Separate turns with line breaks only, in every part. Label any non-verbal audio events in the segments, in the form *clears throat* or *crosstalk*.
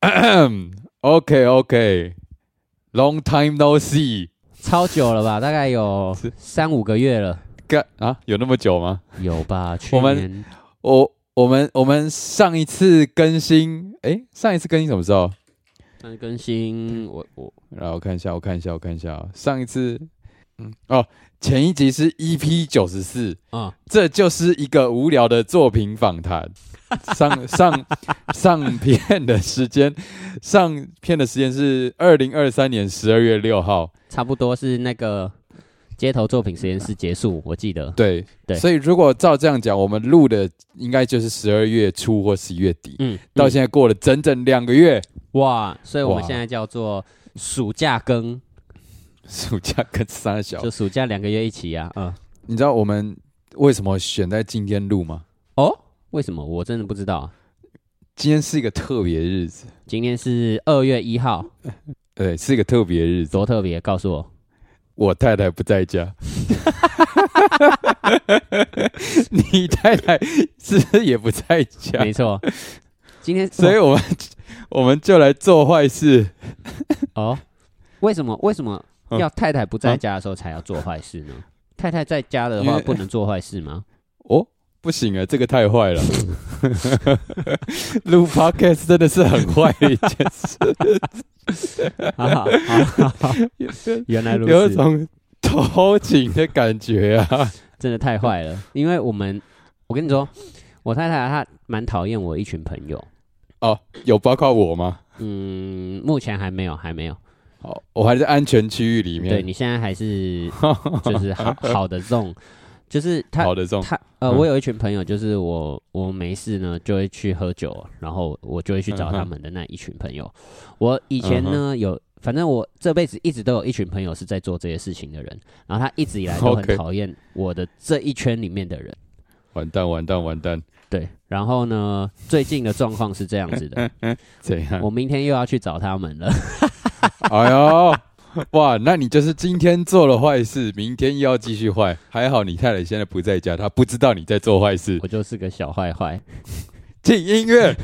*clears throat* OK OK。Long time no see，
超久了吧？大概有
是
三五个月了，
干啊，有那么久吗？
有吧？
*laughs*
去
我们
年
我我们我们上一次更新，诶，上一次更新什么时候？
那更新，我我
然后我看一下，我看一下，我看一下啊，上一次，嗯，哦，前一集是 EP 九十四，
啊，
这就是一个无聊的作品访谈。 *laughs* 上上上片的时间，上片的时间是二零二三年十二月六号。
差不多是那个街头作品实验室结束，我记得。
对
对
所以如果照这样讲，我们录的应该就是十二月初或十一月底，
嗯，
到
在
现在过了整整两个月， *laughs*
哇，所以我们
哇
现在叫做暑假更，
暑假跟三小
就，暑假两个月一起啊。嗯，
你知道我们为什么选在今天录吗？
哦，为什么我真的不知道啊？
今天是一个特别日子，
今天是二月一号，
对，是一个特别日子。
多特别，告
*laughs*
诉我。
我太太不在家， *laughs* 你太太是不是也不在家
没？错，今天
所以我们 *laughs* 我们就来做坏事。
哦，为什么为什么
嗯
要太太不在家的时候才要做坏事呢？太太在家的
因
话
为
不能做坏事吗？
哦，不行啊，这个太坏了。 *laughs* 录 podcast 真的是很坏的一件
好好好好好 *laughs*
事，
原来如
有一
此，
种偷情的感觉啊。
真的太坏了。因为我们，我跟你说，我太太她蛮讨厌我一群朋友，
哦，有包括我吗？
嗯，目前还没有，还没有。
哦，我还在安全区域里面。
对你现在还是
*laughs*
就是好好的 zone，就是她
好的，这种
他呃，
嗯
我有一群朋友，就是我我没事呢就会去喝酒，然后我就会去
嗯
找他们的那一群朋友。我以前呢有，反正我这辈子一直都有一群朋友是在做这些事情的人，然后他一直以来都很
OK
讨厌我的这一圈里面的人。
完蛋，完蛋，完蛋，
对，然后呢，最近的状况是这样子
嗯
的，
怎样？
我明天又要去找他们了。 *laughs*
哎呦， *laughs* 哇，那你就是今天做了坏事，明天又要继续坏。还好你太太现在不在家，她不知道你在做坏事。
我就是个小坏坏。
听音乐。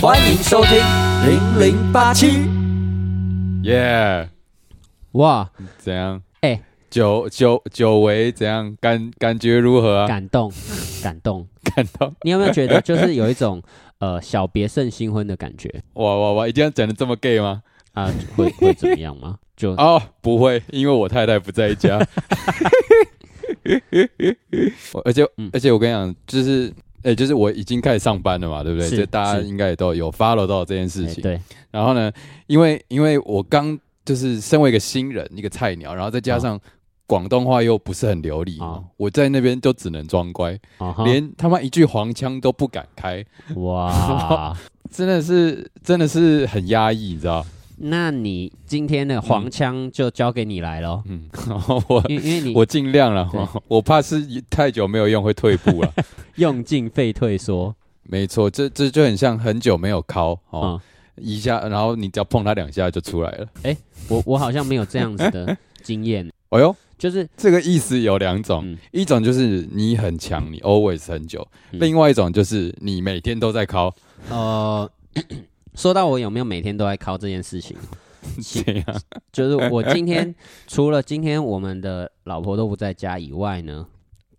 欢迎收听
零零八七。耶，
哇，
怎样？
哎
久久久违，怎样？感感觉如何啊？
感动，感动！
感到
你有没有觉得就是有一种呃小别胜新婚的感觉？
哇哇哇！一定要讲的这么 gay 吗？
啊，会会怎么样吗？就
*laughs* 哦，不会，因为我太太不在家。 *laughs* 我而且、
嗯
而且我跟你讲，就是哎、就是我已经开始上班了嘛，对不对？
是
就大家
是
应该也都有 follow 到这件事
哎
情。
对，
然后呢，因为因为我刚就是身为一个新人，一个菜鸟，然后再加上广东话又不是很流利嘛，
哦
我在那边就只能装乖，
啊哈，
连他妈一句黄腔都不敢开， *laughs*
哇，
真的是真的是很压抑，你知道？
那你今天的黄腔就交给你来咯，
嗯， *laughs* 然后我。
因为因为你
我尽量了
对，
我怕是太久没有用会退步
*laughs*
了。
用尽废退缩，
没错，这这就很像很久没有敲哦
嗯，
一下，然后你只要碰它两下就出来了。
我我好像没有这样子的经
*laughs*
验，
哎呦，
就是
这个意思有两种，
嗯
一种就是你很强，你 always 很久；
嗯
另外一种就是你每天都在
*laughs*
考，
呃， *coughs* 说到我有没有每天都在考这件事情，
这样
就是我今
*laughs*
天除了今天我们的老婆都不在家以外呢，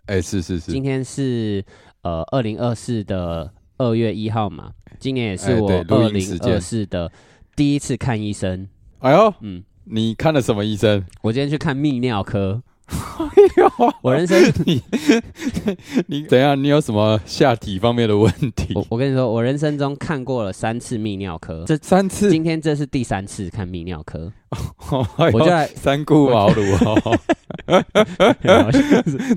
哎、是是是
今，天是呃二零二四的二月一号嘛，今年也是
哎
我
对
二
录音时
零
间
二四的第一次看医生。
哎呦，
嗯，
你看了什么医
*laughs*
生？哎
我今天去看泌尿科。哎
哦
我
*laughs*
人生，
你等一下，你有什么下体方面的问题？
我我跟你说，我人生中看过了三次泌尿科， *laughs* 这
三次， *laughs*
今天这是第三次看泌尿科。
哎呦
我
*laughs*
就来
三顾茅庐哦，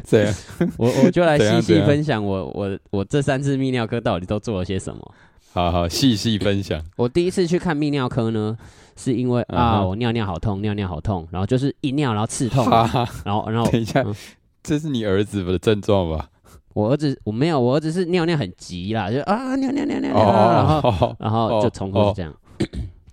这样
我我就来
*laughs* 怎
细
样怎
细
样
分享我我我这三次泌尿科到底都做了些什么。
好好细细分享。
我第一次去看泌尿科呢，是因为
嗯
啊，
哼
我尿尿好痛，尿尿好痛，然后就是一尿然后刺痛，
哈哈，
然后然后
等一下
嗯，
这是你儿子的症状吧？
我儿子我没有，我儿子是尿尿很急啦，就啊尿尿尿尿
哦
尿，然后
哦，
然后就从头是这样。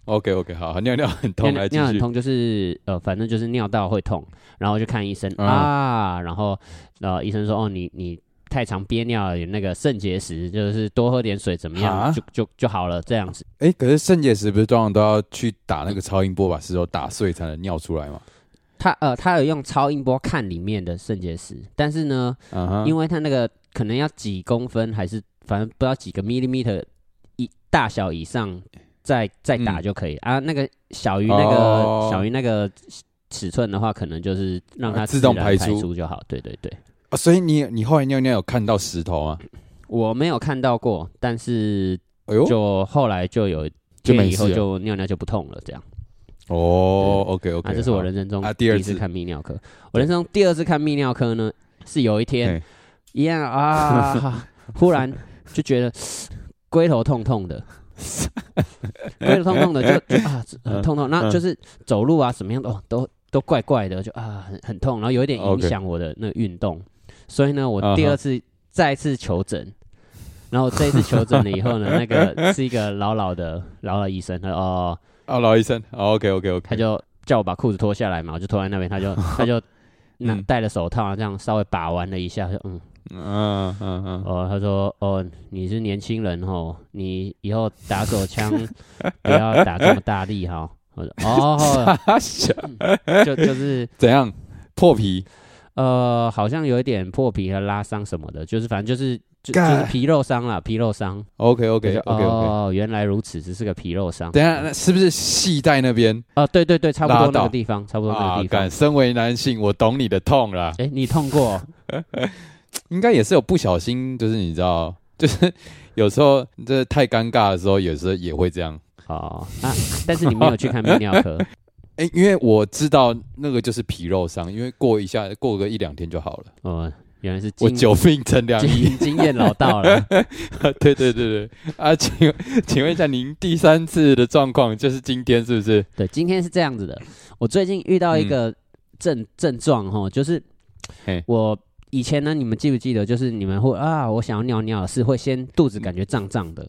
OK OK，好，好尿尿很痛，
尿
来继
尿很
续。
痛，就是呃，反正就是尿道会痛，然后去看医生、
嗯
啊，然后呃，医生说哦，你你太常憋尿了，有那个肾结石，就是多喝点水怎么
啊
样，就就就好了这样子。
哎、可是肾结石不是通常都要去打那个超音波把石头打碎才能尿出来吗？
他呃，他有用超音波看里面的肾结石，但是呢，
嗯哼，
因
为
为他那个可能要几公分，还是反正不知道几个 millimeter 一大小以上再再打
嗯
就可以、啊。那个小于那个、
哦
小于那个尺寸的话，可能就是让它
啊自动
然
排
排
出
就好。对对对，
啊，所以你你后来尿尿有看到石头吗？
我没有看到过，但是
哎呦，
就后来就有。
就没
以后
事了
就尿尿就不痛了，这样
哦，OK OK，
啊，这是我人生中
啊
第
第二
一次
次
看泌尿科。我人生中第二次看泌尿科呢，是有一天
嘿
一样啊，忽然就觉得龟头痛痛的，龟头痛痛的就就啊这
嗯
很痛痛，那就是走路啊什么样的哦都都怪怪的，就啊很很痛，然后有一点影
OK
响我的那个运动，所以呢，
啊
我
哈
第二次再次求诊。然后这一次求诊了以后呢，那个是一个老老的老老医生，他说哦，
*laughs* 啊，老医生，OK OK OK，
他就叫我把裤子脱下来嘛，我就脱在那边，他
*laughs*
就他就拿
嗯
戴了手套，然后这样稍微把玩了一下，就嗯，
嗯嗯嗯，
哦，他说哦，你是年轻人哦，你以后打
*laughs*
手枪不要打这么大力哈。我说
*laughs*
哦，
啊小
就就是
怎样破皮？
呃，好像有一点破皮和拉伤什么的，就是反正就是就就是
干
皮肉伤啦，皮肉伤。
OK
我
OK
就
OK OK，
哦，原来如此，只是个皮肉伤。
等一下那是不是系带那边
哦，对对对，差不多
拉
那
到
个地方，差不多那
啊
个？地方
感，。身为男性，我懂你的痛啦，
哎，你痛过？
应该也是有不小心，就是你知道， *laughs* 就是有时候这太尴尬的时候，有时候也会这样。
哦啊，但是你没有去看泌尿科。
哎、因为我知道那个就是皮肉伤，因为过一下过个一两天就好了。
哦，原来是
我
经
久病成良医，
经经验老道了。
*laughs* 对对对对。啊，请请问一下，您第三次的状况就是今天是不是？
对，今天是这样子的，我最近遇到一个症、症状哈，就是
嗯嘿
我以前呢，你们记不记得，就是你们会啊，我想要尿尿是会先肚子感觉胀胀的，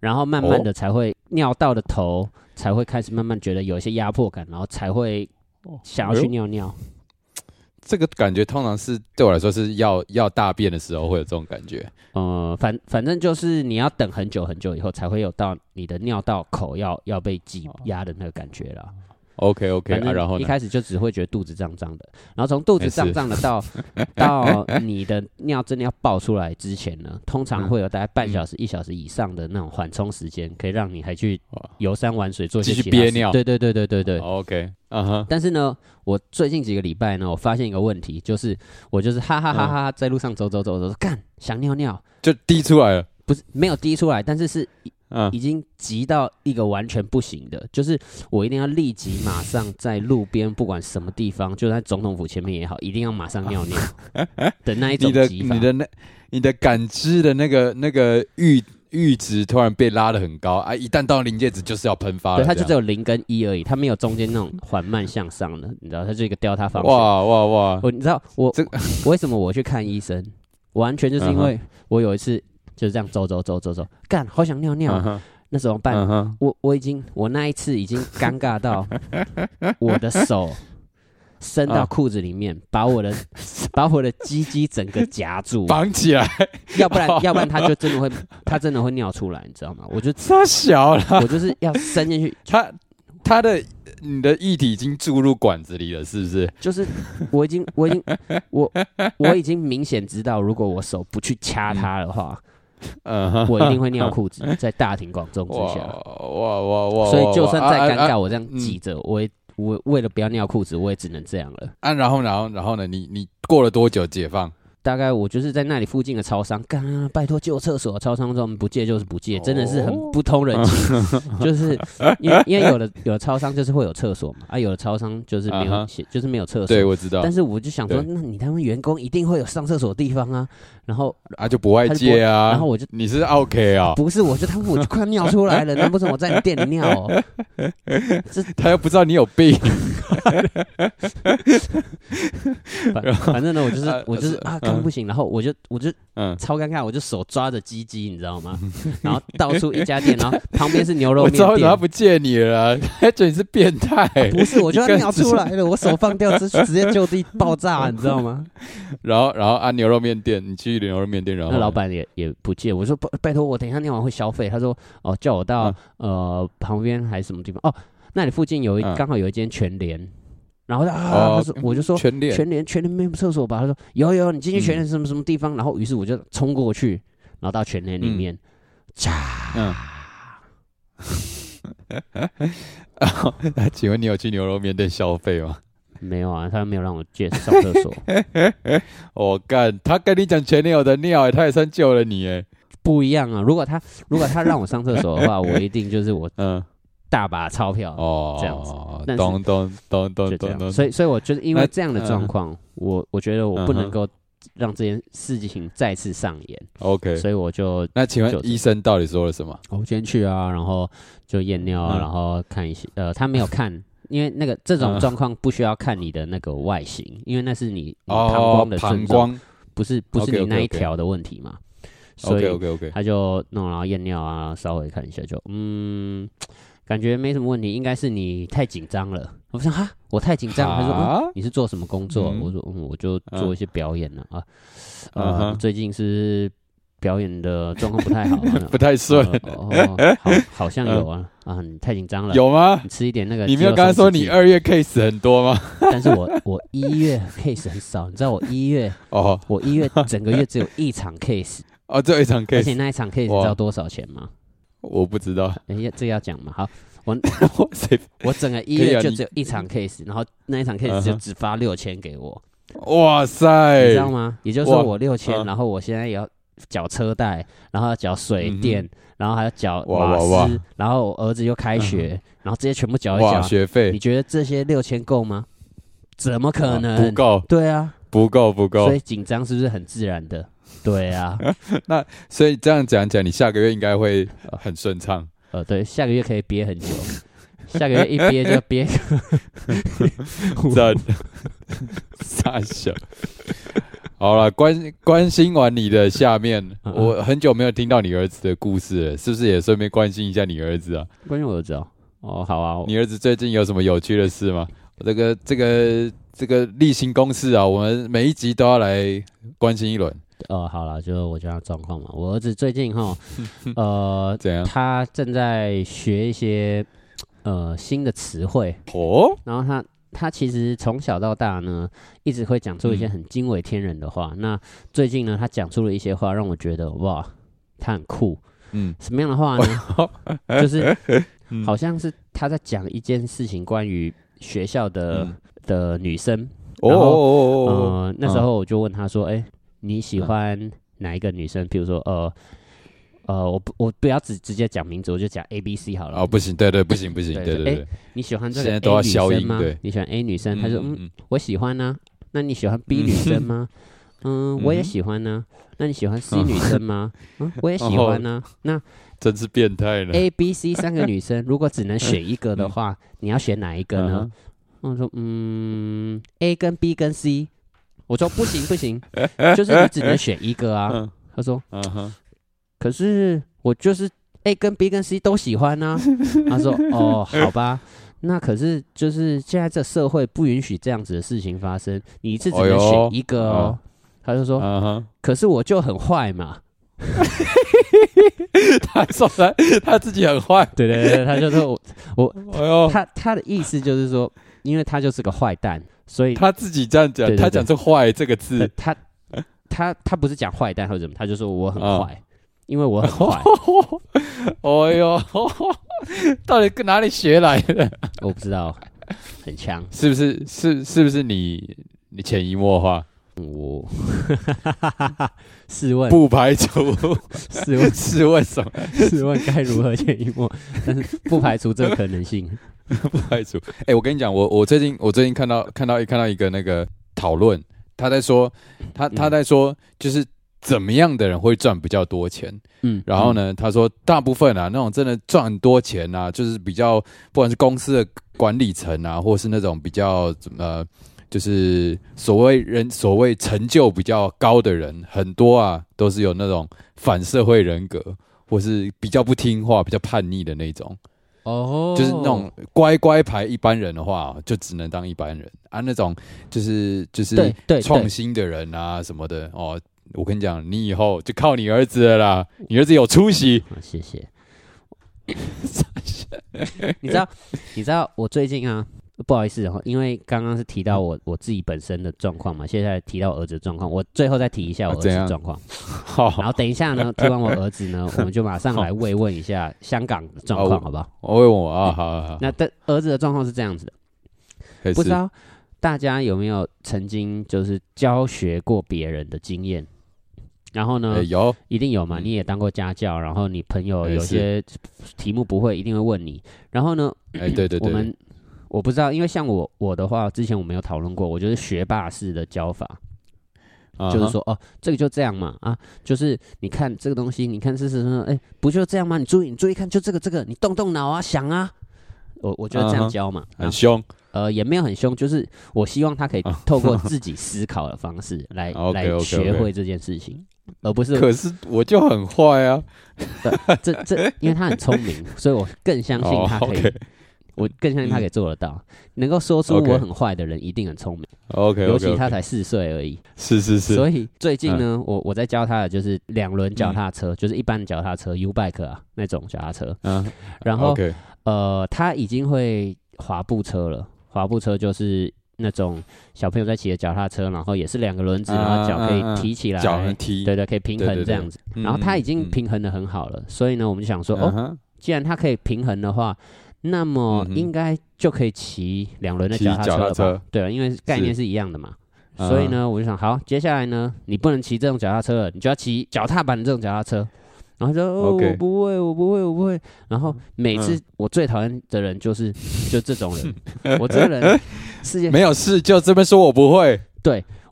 然后慢慢的才会、尿到的头才会开始慢慢觉得有一些压迫感，然后才会想要
哎
去
呦
尿尿。
这个感觉通常是对我来说是要要大便的时候会有这种感觉。
呃，反反正就是你要等很久很久以后才会有到你的尿道口要要被挤
哦
压的那个感觉了。
OK OK，、
反
啊、
正
然后
一
呢？
开始就只会觉得肚子胀胀的，然后从肚子
没事
胀胀
*laughs*
的到到你的尿真的要爆出来之前呢，通
嗯
常会有大概半小时、一小时以上的那种缓冲时间，可以让你还去
哇
游山玩水，做一些
继续
其他
憋
事
尿
对对对对对对。
OK，嗯哼，
但是呢，我最近几个礼拜呢，我发现一个问题，就是我就是哈
嗯
哈哈哈哈在路上走走走走，干想尿尿，
就滴出来了。
不是没有滴出来，但是是
嗯，
已经急到一个完全不行的，就是我一定要立即马上在路边，不管什么地方，就在总统府前面也好，一定要马上尿尿
*laughs*
的那一种
你的
急法
你。的那你的感知的那个那个阈阈值突然被拉得很高啊！一旦到临界值就是要喷发了，
对，它就
啊这
只
样
有零跟一而已，它没有中间那种缓慢向上的，你知道，它就一个delta 方向。
哇哇哇！
我你知道我
这
*laughs*
嗯
我为什么我去看医生，完全就是因为我有一次就是这样走走走走走，干好想尿
嗯
尿啊，
哼
那怎么办？
嗯哼，
我我已经我那一次已经尴尬
*laughs*
到我的手伸到
啊
裤子里面，把我的把我的鸡鸡整个夹住，
绑起来，
要不然
哦
要不然它就真的会它真的会尿出来，你知道吗？
*laughs*
我就
太小了。
我就是要伸进去，
它它的你的液体已经注入管子里了，是不是？
就是我已经我已经我我已经明显知道，如果我手不去掐它
*laughs*
的话，
嗯哼，
我
*laughs*
一定会尿裤子，在大庭广众之
哇
下。
哇哇哇！
啊所以就算再尴
啊啊
尬，
啊
我这样挤着，我也我为了不要尿裤子，我也只能这样了。
啊，然后然后然后呢？你你过了多久解放？
大概我就是在那里附近的超商，干、啊、拜托救厕所，超商说嗯不借就是不
哦
借，真的是很不通人
*laughs*
情。就是因为因为有的有的超商就是会有厕所嘛，啊有的超商就是没
啊
有
哈
写就是没有厕所
对，。我知道
但，是我就想说，
对
那你他们员工一定会有上厕所的地方啊。然后
啊，就不外借啊。
然后我就
你是 OK 啊？
不是，我就他们我就快要尿出来
*laughs*
了，难不成我在你店里尿、哦？
他又不知道你有
*laughs*
病。
反反正呢，我就是
啊 *laughs*
我就是啊，干样不行。然后我就我就
嗯，
超尴尬，我就手抓着鸡鸡，你知道吗？然后到处一
*laughs*
家店，然后旁边是牛肉
我
面
知道为什么他
店。啊
不借你了啊， *laughs* 他觉得你是变态。
不是，我就
你更
要尿出来
*laughs*
了，我手放掉，直直接就地爆炸，你知道吗？
然后，然后按牛肉面店，你去牛肉面店，然后
那老板也也不借，我说拜拜托我，等一下念完会消费。他说哦，叫我到、呃旁边还是什么地方哦，那里附近有一
嗯
刚、好有一间全联，然后他啊，
哦
他说我就说
全嗯脸，
全联全联没有厕所吧？他说有有，你进去全联什么什么地方，然后于是我就冲过去，然后到全联里面，
嗯。那 *laughs* 请问你有去牛肉面店消费吗？ *laughs*
没有啊，他没有让我借上厕所，
我干，他跟你讲前女友的尿欸，他也算救了你哎。
不一样啊。如果他如果他让我上厕所的话，我一定就是我
嗯，
大把钞票
哦，
这样子但是
懂懂懂
就
懂
这
懂
样。
懂。
所以，所以我就是因为
那嗯
这样的状况，我我觉得我不能够让这件事情再次上演，
OK，
所以我就
那请
就
问
这
医生到底说了什么？
我先去啊，然后就验尿啊，
嗯
然后看一些，呃，他没有看。因为那个这种
嗯
状况不需要看你的那个外形，因为那是你你膀
哦
胱的，症
膀
状，
胱。
不是不是
OK，OK，
你那一
OK
条的问题嘛。所
OK
以
OK OK，
他就弄，然后验尿啊，稍微看一下就，嗯，感觉没什么问题，应该是你太紧张了。我说哈，我太紧张了。他说、嗯、
啊，
你是做什么工作？
嗯
我说、嗯、我就做一些表演呢啊，
嗯
呃，
哼，
最近是表演的状况不太好、啊
*laughs* 不太顺，
呃
*laughs*
哦，好，好像有啊，啊，你太紧张了，
有吗
你？吃一点那个。
你没有刚才说你，二 *laughs* 月 case 很多吗？
但是我我一月 case 很少，你知道我一月 *laughs*
哦
我一月整个月只有一场 case，
哦，这有一场
而
*laughs*
且
case
那一场 case 你知
哇
道多少钱吗？
我不知
*laughs*
道，
哎呀，这要讲嘛，好。
谁
我整个一
可以
月
啊
就
你
只有一场 case，、然后那一场 case
嗯哼
就只发六千给我，
哇
你
塞
知，道吗？也就是说
哎哇
我六千、
嗯
然后我现在也要缴车贷，然后要缴水电，然后还要缴
哇
瓦斯，
嗯哇哇
然后我儿子又开学，然后这些全部缴一
哇，
缴，
学费
啊你觉得这些六千够吗？怎么可能？
不。够，
对啊，
不够，不够
所以。紧张是不是很自然的？对啊， *laughs*
所以这样讲讲，你下个月应该会
哦
很顺畅。
呃，对，下个月可以憋很久，下个月一憋就憋
在傻笑。好了，关关心完你的下面，
嗯嗯
我很久没有听到你儿子的故事了，是不是也顺便关心一下你儿子啊？
关于我儿子哦，哦，好啊，我
你儿子最近有什么有趣的事吗？这个这个这个例行公事啊，我们每一集都要来关心一轮，
呃，好了，就我这样状况嘛。我儿子最近
*laughs*
哈，呃，
怎样？
他正在学一些呃新的词汇，
哦，
然后他他其实从小到大呢，一直会讲出一些
嗯
很惊为天人的话。那最近呢，他讲出了一些话，让我觉得哇，他很酷。
嗯，
什么样的话呢？
*laughs*
就是
嗯
好像是他在讲一件事情，关于学校的、
嗯
的女生。
哦
然
哦
后
哦嗯哦，
呃，那时候我就问他说：“哎、你喜欢哪一个女生？比如说，呃，呃，我不我不要直直接讲名字，我就讲 A、B、C 好了。
哦，不行，对对，不行不行，
啊对
对对
对
对，
你喜欢这
现在
个
都要
A 女
消音
生吗
对？
你喜欢 A 女生？他说：嗯，
嗯
我喜欢呢、那你喜欢 B 女生
*laughs*
吗？嗯，我也喜欢呢、那你喜欢 C
嗯
女生
*laughs*
吗？嗯，我也喜欢
哦
呢、那
真是变态了。
A、B、C 三个女生，如果只能选一个的话，
嗯
你要选哪一个呢？我说嗯，A 跟 B 跟 C，我说不行不
*laughs*
行，就是你只能选一个啊。
嗯
他说
嗯哼，
可是我就是 A 跟 B 跟 C 都喜欢啊。他说哦，好吧，那可是就是现在这社会不允许这样子的事情发生，你一次只
哎
能
呦
选一个哦。他就说，
嗯哼。
可是我就很坏嘛。
*laughs* 他说他他自己很坏，
对对 *laughs* 对，他就说我
哎呦，
他他的意思就是说，因为他就是个坏蛋，所以
他自己这样讲，
对对对
他讲出“坏”这个字，
他他他他不是讲坏蛋或者什么，他就说我很
嗯
坏，因为我很 *laughs* 坏，
*laughs* 哎呦， *laughs* 到底跟哪里学来的？
我不知道，很强，
是不是？是是不是你你潜移默化？
嗯 *laughs* 我试
*laughs*
问
不排除，
试问
*laughs* 是为什么？ *laughs*
*laughs* 试问该如何潜移默，但是不排除这个可
*laughs*
能性。
不排除。哎、我跟你讲，我我最近我最近看到看到看到一个那个讨论，他在说他他在说就是怎么样的人会赚比较多钱。
嗯，
然后呢，他说大部分啊，那种真的赚很多钱啊，就是比较不管是公司的管理层啊，或是那种比较呃就是所谓人所谓成就比较高的人，很多啊都是有那种反社会人格，或是比较不听话、比较叛逆的那种。
哦
就是那种乖乖牌一般人的话，就只能当一般人啊。那种就是就
对
是
对
创
对，
新的人啊什么的哦。我跟你讲，你以后就靠你儿子了啦，你儿子有出息。
好哦谢谢。 *laughs* 你知道，你知道我最近啊，不好意思哦，因为刚刚是提到我我自己本身的状况嘛，现在提到我儿子的状况，我最后再提一下我
啊
儿子
怎
的
样
状况。
好、
然后等一
*laughs*
下呢，提完我儿子呢，我们就马上来慰问一下香港的状
哦
况，好不好？
我问我啊，好好好，
那但儿子的状况是这样子的，
可以
不
是
知道大家有没有曾经就是教学过别人的经验？然后呢
哎，有
一定有嘛，
嗯
你也当过家教，然后你朋友
哎
有些题目不会，一定会问你。然后呢，
哎，对对
我
对，
们我不知道，因为像我我的话，之前我们有讨论过，我就是学霸式的教法，
啊哈
就是说哦，这个就这样嘛啊，就是你看这个东西，你看是什么？哎，不就这样吗？你注意，你注意看，就这个这个，你动动脑啊，想啊。我我觉得
嗯
这样
哼
教嘛，然
很凶
呃，也没有很凶，就是我希望他可以
啊
透过自己思考的
*laughs*
方式来来
OK，OK，OK
学会这件事情，而不是
可是我就很坏啊！
这
*laughs*
这，因为他很聪明，所以我更相信
哦
他可以，
，OK 嗯
我更相信他可以做得到。能够说出
OK
我很坏的人一定很聪明
OK，
尤其他才四岁而已。
是是是，嗯
所以最近呢，我我在教他的就是两轮脚踏车，就是一般脚踏车 U bike 啊那种脚踏车，
嗯，
然后
OK
呃，他已经会滑步车了。滑步车就是那种小朋友在骑的脚踏车，然后也是两个轮子，
啊
然后脚可
啊啊
以提起来，
脚很踢，
对对，可以平
对对
衡
对
这样子。
嗯，
然后他已经
嗯，
平衡的很好了，所以呢，我们就想说，
嗯
哦，
哼
既然他可以平衡的话，那么
嗯哼
应该就可以骑两轮的
骑
脚踏车
脚
了
踏
吧
车？
对啊，因为概念是一样的嘛。
嗯
所以呢，我就想，好，接下来呢，你不能骑这种脚踏车了，你就要骑脚踏板的这种脚踏车。然后他说：“哦
OK 嗯
我不会，我不会，我不会。”然后每次我最讨厌的
*laughs*
人就是就这种人，我这个人世界，
没有事就这边说我不会，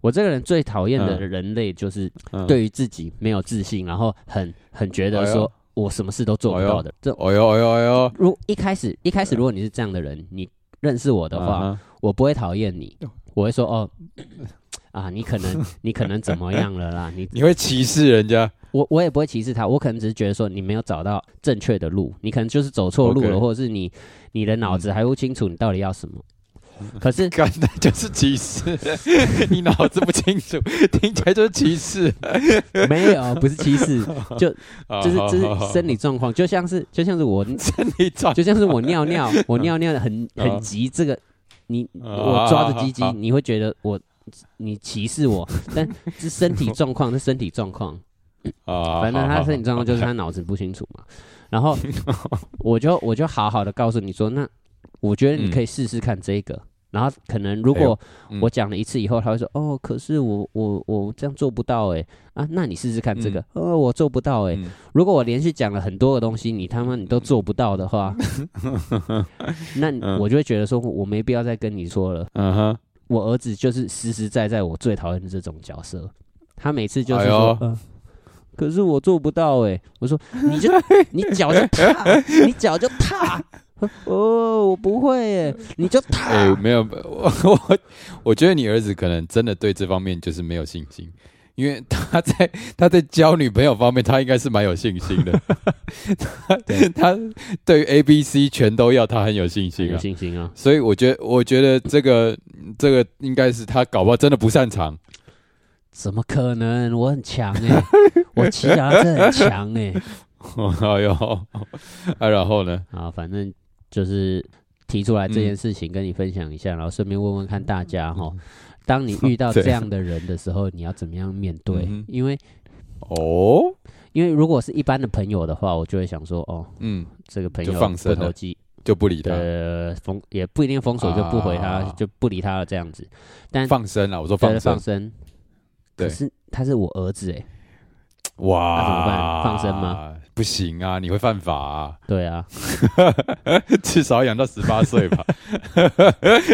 我这个人最讨厌的
嗯
人类就是
嗯，
对于自己没有自信，然后很很觉得
哎呦
说我什么事都做不到的。这
哎呦哎呦哎呦，
如一开始一
啊
开始，如果你是这样的人，你认识我的话，
嗯哼
我不会讨厌你，我会说哦，啊，你
*laughs*
可能你可能怎么样了啦，你
你会歧视人家
我我也不会歧视他，我可能只是觉得说你没有找到正确的路，你可能就是走错路了
OK 嗯
或者是你你的脑子还不清楚你到底要什
*laughs*
么。可是
干那就是歧视，你脑子不清楚，听起来就是歧视，
没有，不是歧视，
*laughs* 啊
就是
好
就
好好
是生理状况，就像是就像是我
生理状
就像是我尿
*laughs*
尿，我尿尿得很
啊
很急，这个你
嗯啊
我抓着鸡鸡
啊啊，
你会觉得我 *laughs* 你歧视我，但是身体状况是身体状况，
啊
反正他身体
是
状况就是他脑子不清楚嘛。
*laughs*
然后我就我就好好的告诉你说，那我觉得你可以试试看这个。然后可能如
嗯哎
果
呦嗯
我讲了一次以后，他会说：“哦，可是我我我这样做不到哎、啊，那你试试看这个。哦，我做不到哎、
嗯
如果我连续讲了很多个东西，你他妈你都做不到
*laughs*
的话，那你
嗯
我就会觉得说我没必要再跟你说了。
嗯哼。
我儿子就是实实在在我最讨厌的这种角色，他每次就是
哎
说，
呦
呃可是我做不到哎、我
*laughs*
说你就你脚就踏，你脚就踏。 *laughs* 哦，我不会耶，你就踏。
哎、没有，我 *laughs* 我我觉得你儿子可能真的对这方面就是没有信心，因为他在他在交女朋友方面，他应该是蛮有信心
*laughs*
的。他他对于 A、B、C 全都要，他很有信心
有
啊。
信心啊！
所以我觉得，我觉得这个这个应该是他搞不好真的不擅长。 *laughs*
怎么可能？我很强哎、我骑脚踏车很强哎、 *laughs*
哎呦，啊，然后呢？
啊，反正就是提出来这件事情跟你分享一下，然后顺便问问看大家哈，当你遇到
嗯 *laughs* 对
这样的人的时候，你要怎么样面对？
嗯哼
因为
哦，
因为如果是一般的朋友的话，我就会想说，哦，
嗯，
这个朋友
就放生
不
了
投机，
就不理他，
呃，封也不一定封锁，就不回他，
啊
就不理他了这样子。但
放生啊了。我说
对
放生
放，生，
对
可是他是我儿子哎，
哇，
那怎么办放生吗？
不行啊，你会犯法、啊。*laughs*
对啊，
至少养到十八岁 *laughs* 吧，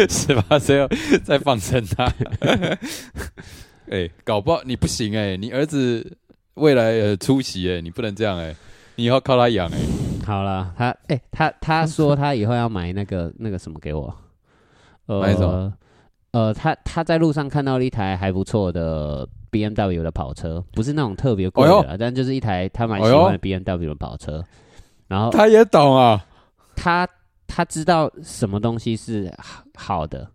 十八岁要再放生他。 *laughs* 哎、搞不好你不行哎、你儿子未来呃出席哎、你不能这样哎、你以后靠他养哎、
好了，他哎、他他说他以后要买那个那个什么给我，呃，
买什么
呃，他他在路上看到了一台还不错的 B M W 的跑车，不是那种特别贵的啦，但就是一台他蛮喜欢
哎
的
呦
B M W 的跑车。然后
他也懂啊，
他他知道什么东西是好好的，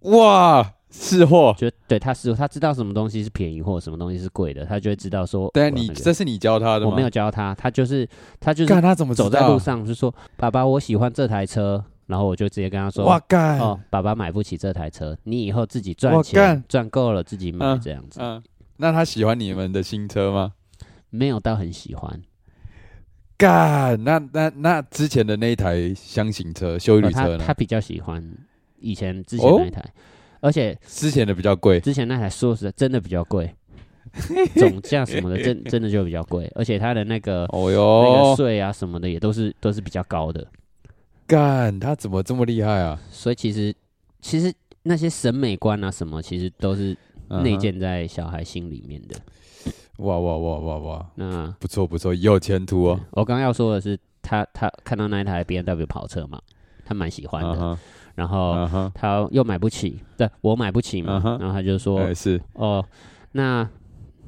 哇，是货。
就对他是他知道什么东西是便宜货，什么东西是贵的，他就会知道说。
但
我
啊你
那个
这是你教他的吗？
我没有教他，他就是他就是
干他怎么知
走
道啊
在路？上就说：“爸爸，我喜欢这台车。”然后我就直接跟他说：“
哇干，
哦，爸爸买不起这台车，你以后自己
哇
赚钱
干，
赚够了自己买
嗯
这样子。
嗯，那他喜欢你们的新车吗？
没有到很喜欢，
干，那那那之前的那一台箱型车、修
呃
理
他
车呢
他？比较喜欢以前之前
哦
那一台，而且
之前的比较贵，
之前那台说实在真的比
*laughs*
较贵，总价什么的真真的就比较贵，而且它的那个、
哦
那个
哟，
税啊什么的也都是都是比较高的，
干，他怎么这么厉害啊？
所以其实其实那些审美观啊什么，其实都是
嗯哼
内建在小孩心里面的。
哇哇哇哇哇，
那
不错不错，有前途哦。
我刚要说的是，他他看到那一台 B M W 跑车嘛，他蛮喜欢
嗯
的，
哼，
然后
嗯哼，
他又买不起，对我买不起嘛
嗯，哼
然后他就说
哎，是，
哦，那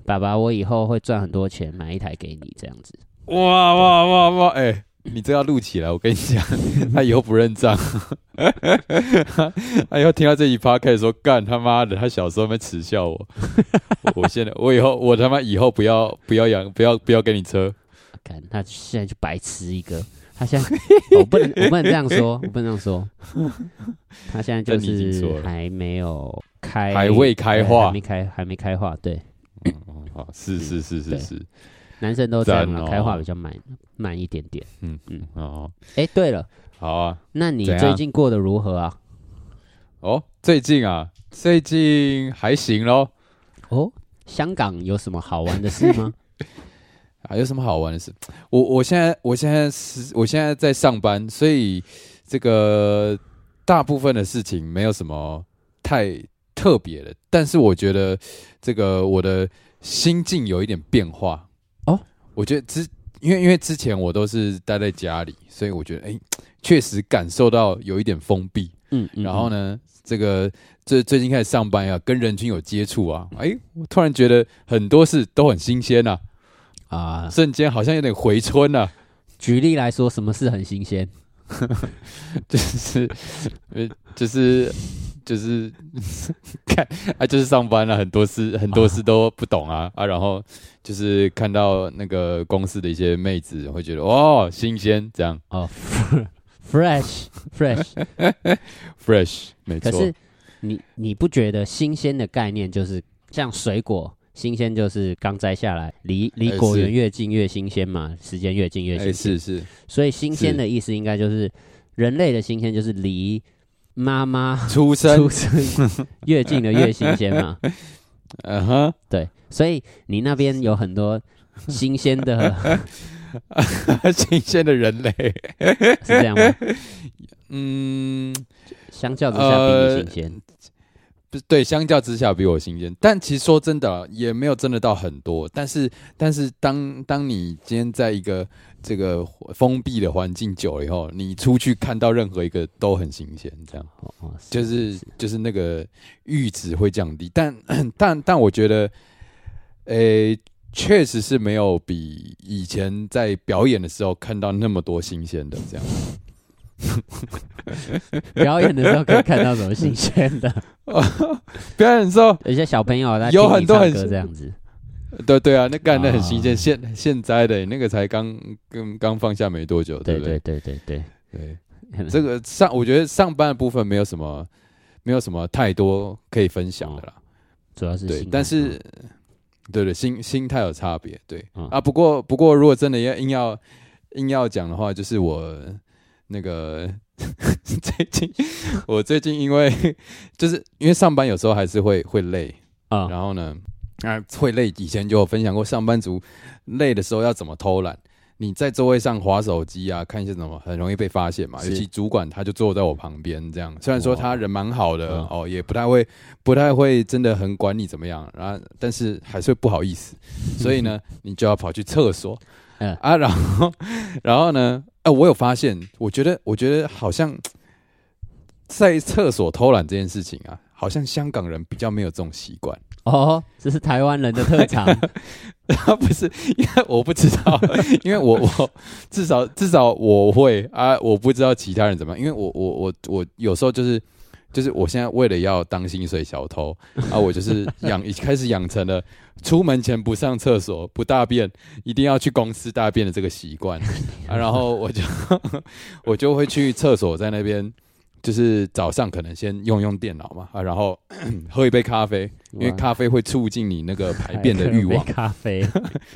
爸爸，我以后会赚很多钱买一台给你这样子。
哇哇哇哇，哎。你这要录起来，我跟你讲，
*laughs*
他以后不认账， *laughs* 他以后听到这一趴开始说干他妈的，他小时候没耻笑
*laughs*
我，我我现在我以后我他妈以后不要不要养不要不要给你车，
看他现在就白痴一个，他现在哦我不能我不能这样说，我不能这
*laughs*
样说，他现在就
但你已经说
是
了
还没有开，
还未开
哎对还
化
没，开还没开化，对，
嗯好是是是是
对
是，
男生都这样
赞
了，
哦
开化比较慢慢一点点。
嗯
嗯
嗯哦，
哎，对了，
好啊，
那你
怎样
最近过得如何啊？
哦，最近啊，最近还行咯，
哦，香港有什么好玩的事
*laughs*
吗？
啊，有什么好玩的事？我我现在我现在是我现在在上班，所以这个大部分的事情没有什么太特别的，但是我觉得这个我的心境有一点变化
哦。
我觉得之因为因为之前我都是待在家里，所以我觉得哎，诶确实感受到有一点封闭。
嗯，嗯
然后？呢，这个最最近开始上班啊，跟人群有接触啊，哎，我突然觉得很多事都很新鲜呐、
嗯啊，
瞬间好像有点回春啊呐、
举例来说，什么事很新鲜？
*laughs* 就是呃，就是就是， *laughs* 看啊，就是上班了、很多事很多事都不懂啊啊，然后就是看到那个公司的一些妹子，会觉得哦，新鲜，这样
哦，fresh fresh，
fresh，没
可
错，哎
是你你不觉得新鲜的概念就是像水果？新鲜就是刚摘下来，离离
哎
果
是
园越近越新鲜嘛，时间越近越
哎，
新鲜。
是是，
所以新鲜
是
的意思应该就是人类的新鲜就是离妈妈
出
出
生，
生越近的越新鲜
*laughs*
嘛。
嗯哼。
对，所以你那边有很多新鲜的，
*laughs* 新鲜的人类，
是这样吗？
嗯，
相较之下比你新鲜。
不是对，相较之下比我新鲜，但其实说真的啊，也没有真的到很多。但是，但是当当你今天在一个这个封闭的环境久了以后，你出去看到任何一个都很新鲜，这样
哦哦
呃就是就是那个阈值会降低。但但但我觉得，诶、确实是没有比以前在表演的时候看到那么多新鲜的这样。
表演的时候可以看到什么新鲜的？
*laughs* 表演的时候，
有些小朋友在
有
听你
很多
唱
很
歌这样子。
对对啊，那干那很新
啊
鲜，现现摘的那个才刚刚刚放下没多久，对
对
不
对
对？
对对对，
对，这个上我觉得上班的部分没有什么没有什么太多可以分享的啦，
*laughs* 主嗯要是
对
心，
但
态
是对对心心态有差别，对、
嗯
啊。不过不过如果真的要硬要硬要讲的话，就是我那个 *laughs* 最近 *laughs* 我最近因为 *laughs* 就是因为上班有时候还是会会累，
啊
然后呢，啊，会累，以前就有分享过，上班族累的时候要怎么偷懒。你在座位上划手机啊，看一些什么，很容易被发现嘛。
是
尤其主管他就坐在我旁边这样，虽然说
哇
他人蛮好的
嗯
哦，也不太会，不太会真的很管你怎么样，然后但是还是会不好意
*laughs*
思，所以呢，你就要跑去厕所，
嗯
啊，然后然后呢，哎、我有发现，我觉得我觉得好像在厕所偷懒这件事情啊，好像香港人比较没有这种习惯。
哦，这是台湾人的
*laughs*
特长。
啊， *laughs* 不是，因为我不知道， *laughs* 因为我我至少至少我会啊，我不知道其他人怎么样，因为我我我我有时候就是就是我现在为了要当薪水小偷啊，我就是养 *laughs* 已开始养成了出门前不上厕所不大便，一定要去公司大便的这个习惯啊，然后我就 *laughs* 我就会去厕所在那边。就是早上可能先用用电脑嘛啊，然后 *coughs* 喝一杯咖啡，因为
哇
咖啡会促进你那个 *laughs* 排便的欲
喝杯
望。
咖啡，
*laughs*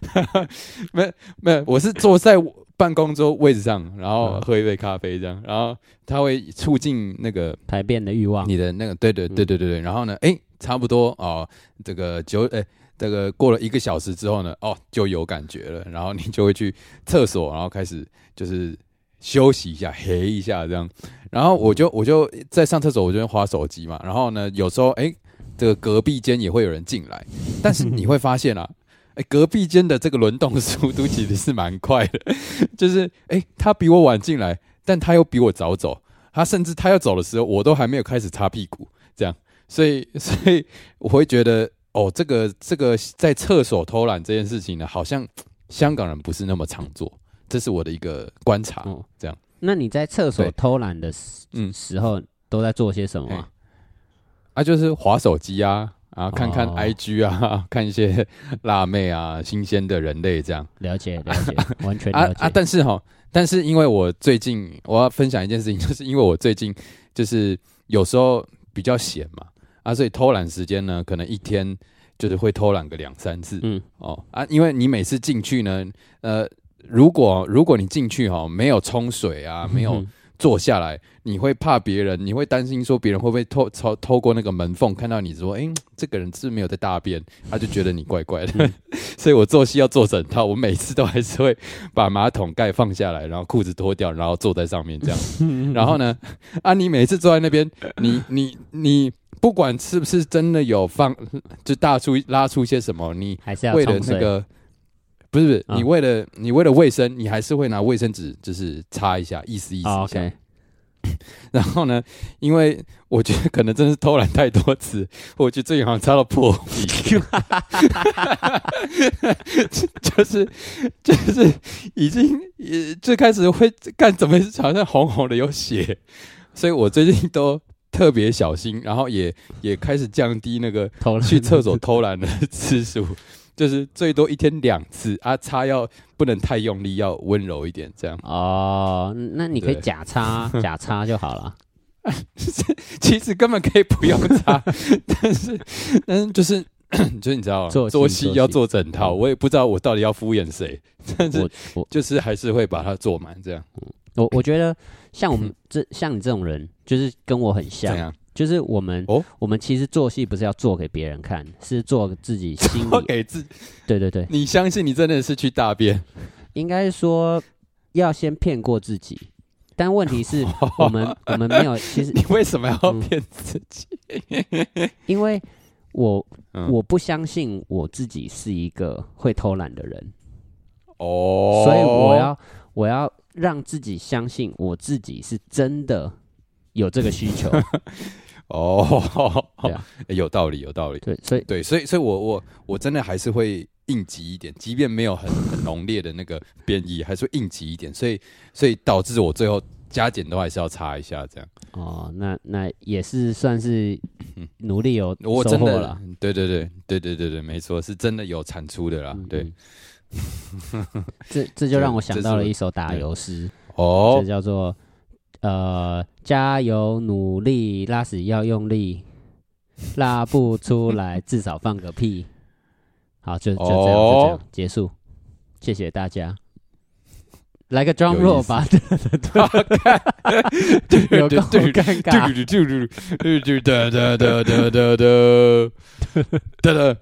没有，我是坐在我办公桌位置上，然后
嗯
喝一杯咖啡这样，然后它会促进那个
排便的欲望。
你的那个，对对对对对对，然后呢，诶，差不多哦，这个九诶，这个过了一个小时之后呢，哦，就有感觉了，然后你就会去厕所，然后开始就是休息一下，黑一下这样，然后我就我就在上厕所，我就划手机嘛，然后呢，有时候诶，这个隔壁间也会有人进来，但是你会发现啊。诶，隔壁间的这个轮动速度其实是蛮快的， *laughs* 就是诶，他比我晚进来，但他又比我早走，他甚至他要走的时候，我都还没有开始擦屁股，这样，所以 *laughs* 所以我会觉得，哦，这个这个在厕所偷懒这件事情呢，好像嘖香港人不是那么常做，这是我的一个观察。啊
哦
这样，
那你在厕所
对
偷懒的时
嗯
时候都在做些什么啊？
啊，就是划手机啊，啊，看看
哦
IG 啊， *laughs* 看一些辣妹啊，新鲜的人类这样。
了解了
*laughs*
解，完全
啊
了解
啊！。但是哈，但是因为我最近我要分享一件事情， *laughs* 就是因为我最近就是有时候比较闲嘛，啊，所以偷懒时间呢，可能一天就是会偷懒个两三次，
嗯
哦啊，因为你每次进去呢，呃，如果如果你进去哈没有冲水啊，没
*laughs*
有
嗯
坐下来，你会怕别人，你会担心说别人会不会透透透过那个门缝看到你说，哎、这个人是没有在大便，他就觉得你怪怪的。
嗯
*laughs* 所以我做戏要做整套，我每次都还是会把马桶盖放下来，然后裤子脱掉，然后坐在上面这样。
*laughs*
然后呢，啊，你每次坐在那边，你你你不管是不是真的有放，就大出拉出些什么，你
还是要
为了
冲
那
水。哦
个。不是不是，
啊
你为了、你为了卫生，你还是会拿卫生纸就是擦一下，意思意思一下。
哦 OK，
*laughs* 然后呢，因为我觉得可能真的是偷懒太多次，我觉得最近好像擦到破皮， *laughs* 就是就是已经也最开始会干怎么好像红红的有血，所以我最近都特别小心，然后也也开始降低那个
偷懒
去厕所偷懒的次数。 *laughs* 就是最多一天两次啊，擦要不能太用力，要温柔一点，这样。
哦，那你可以
对
假
*laughs*
擦假擦就好了。
其实根本可以不用
*laughs*
擦，但是但是就是 *coughs* 就是你知道吗
做戏
做戏
做戏
要做整套，我也不知道我到底要敷衍谁，但是
我我
就是还是会把它做满这样。
我我觉得像我
嗯
们这像你这种人，就是跟我很
这
像，
样
就是我们
哦
我们其实做戏不是要做给别人看，是做自己心
*laughs* 我
里。
给自
对对对，
你相信你真的是去大
嗯
便，
应该说要先骗过自己，但问
*laughs*
题是我们我们没有，其实
你为什么要
嗯
骗自己？
因为我
*laughs* 嗯
我不相信我自己是一个会偷懒的人，
哦，
所以我要我要让自己相信我自己是真的有这个需
*laughs*
求，
哦
对啊，
*laughs* 诶有道理，有道理。
对，所以
对，所以所以我我我真的还是会应急一点，即便没有很很浓烈的那个变异，还是会应急一点，所以所以导致我最后加减都还是要擦一下这样。
哦，那那也是算是
嗯
努力有
我
收
真
获
的
了，，
对对对对对对对，没错，是真的有产出的啦。
嗯
啊对，
嗯
*laughs*
这这就让我
这
想
这
到
是
了
我
一首打
对
油诗。
哦
这，叫做呃，加油努力，拉屎要用力，拉不出来至少放个屁。好，就就这样，就这样
哦
结束，谢谢大家。来个 drum
有
roll
意思
吧， *laughs* 对对对，有够尴尬。
嘟嘟嘟嘟嘟哒哒哒哒哒哒哒哒，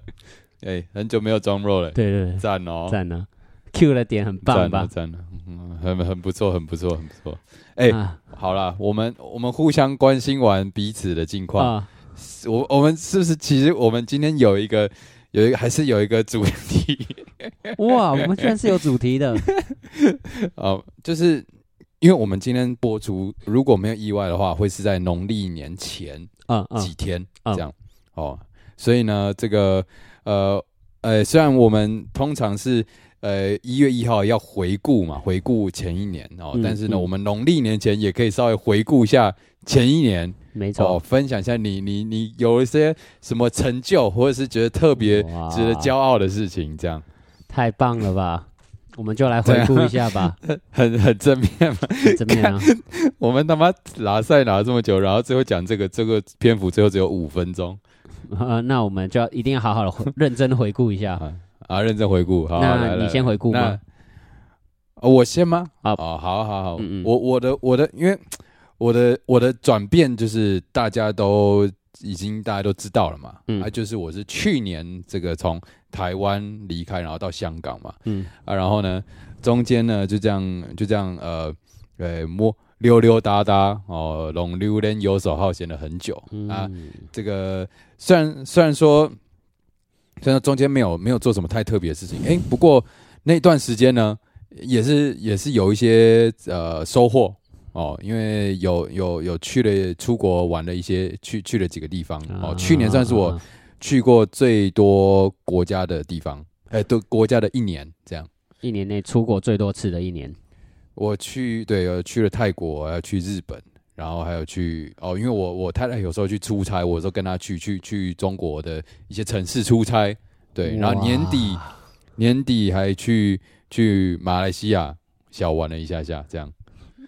哎，很久没有 drum roll 了，
对对对，
赞哦，
赞呢，Q 的点很棒
赞
吧
了？赞了，嗯很很不错，很不错，很不错。哎
啊
好啦，我们我们互相关心完彼此的近况，
啊，
我我们是不是其实我们今天有一个有一个还是有一个主题？
哇，我们居然是有主题的，
*laughs* 呃，就是因为我们今天播出，如果没有意外的话，会是在农历年前
嗯
几
嗯
天
嗯
这样、哦。所以呢，这个呃呃，虽然我们通常是呃一月一号要回顾嘛，回顾前一年哦，
嗯
但是呢，
嗯
我们农历年前也可以稍微回顾一下前一年
没错
哦，，分享一下你你你有一些什么成就，或者是觉得特别
哇
值得骄傲的事情，这样 *laughs*
太棒了吧！我们就来回顾一下吧，
很很正面嘛。
*laughs* 怎么样？
*laughs* 我们他妈拉赛拿了这么久，然后最后讲这个这个篇幅最后只有五分钟
呃，那我们就要一定要好好的认真地回顾一下。
啊啊！认真回顾，好，来
那
来
你先回顾
那
吗？
哦我先吗？
好
哦，好好好，
嗯嗯
我我的我的，因为我的我的转变就是大家都已经大家都知道了嘛，
嗯
啊，就是我是去年这个从台湾离开，然后到香港嘛，
嗯
啊，然后呢，中间呢就这样就这样呃呃摸溜溜达达哦，龙溜连游手好闲了很久、啊。
嗯
这个虽然虽然说，虽然中间没有没有做什么太特别的事情，诶，不过那段时间呢，也是也是有一些呃收获哦，因为有有有去了出国玩了一些，去去了几个地方哦，去年算是我
啊
去过最多国家的地方，哎、都国家的一年这样。
一年内出国最多次的一年。
我去对，呃，去了泰国，还有去日本，然后还有去哦，因为我我太太有时候去出差，我有时候跟她去去去中国的一些城市出差，对，然后
哇
年底年底还去去马来西亚小玩了一下下，这样，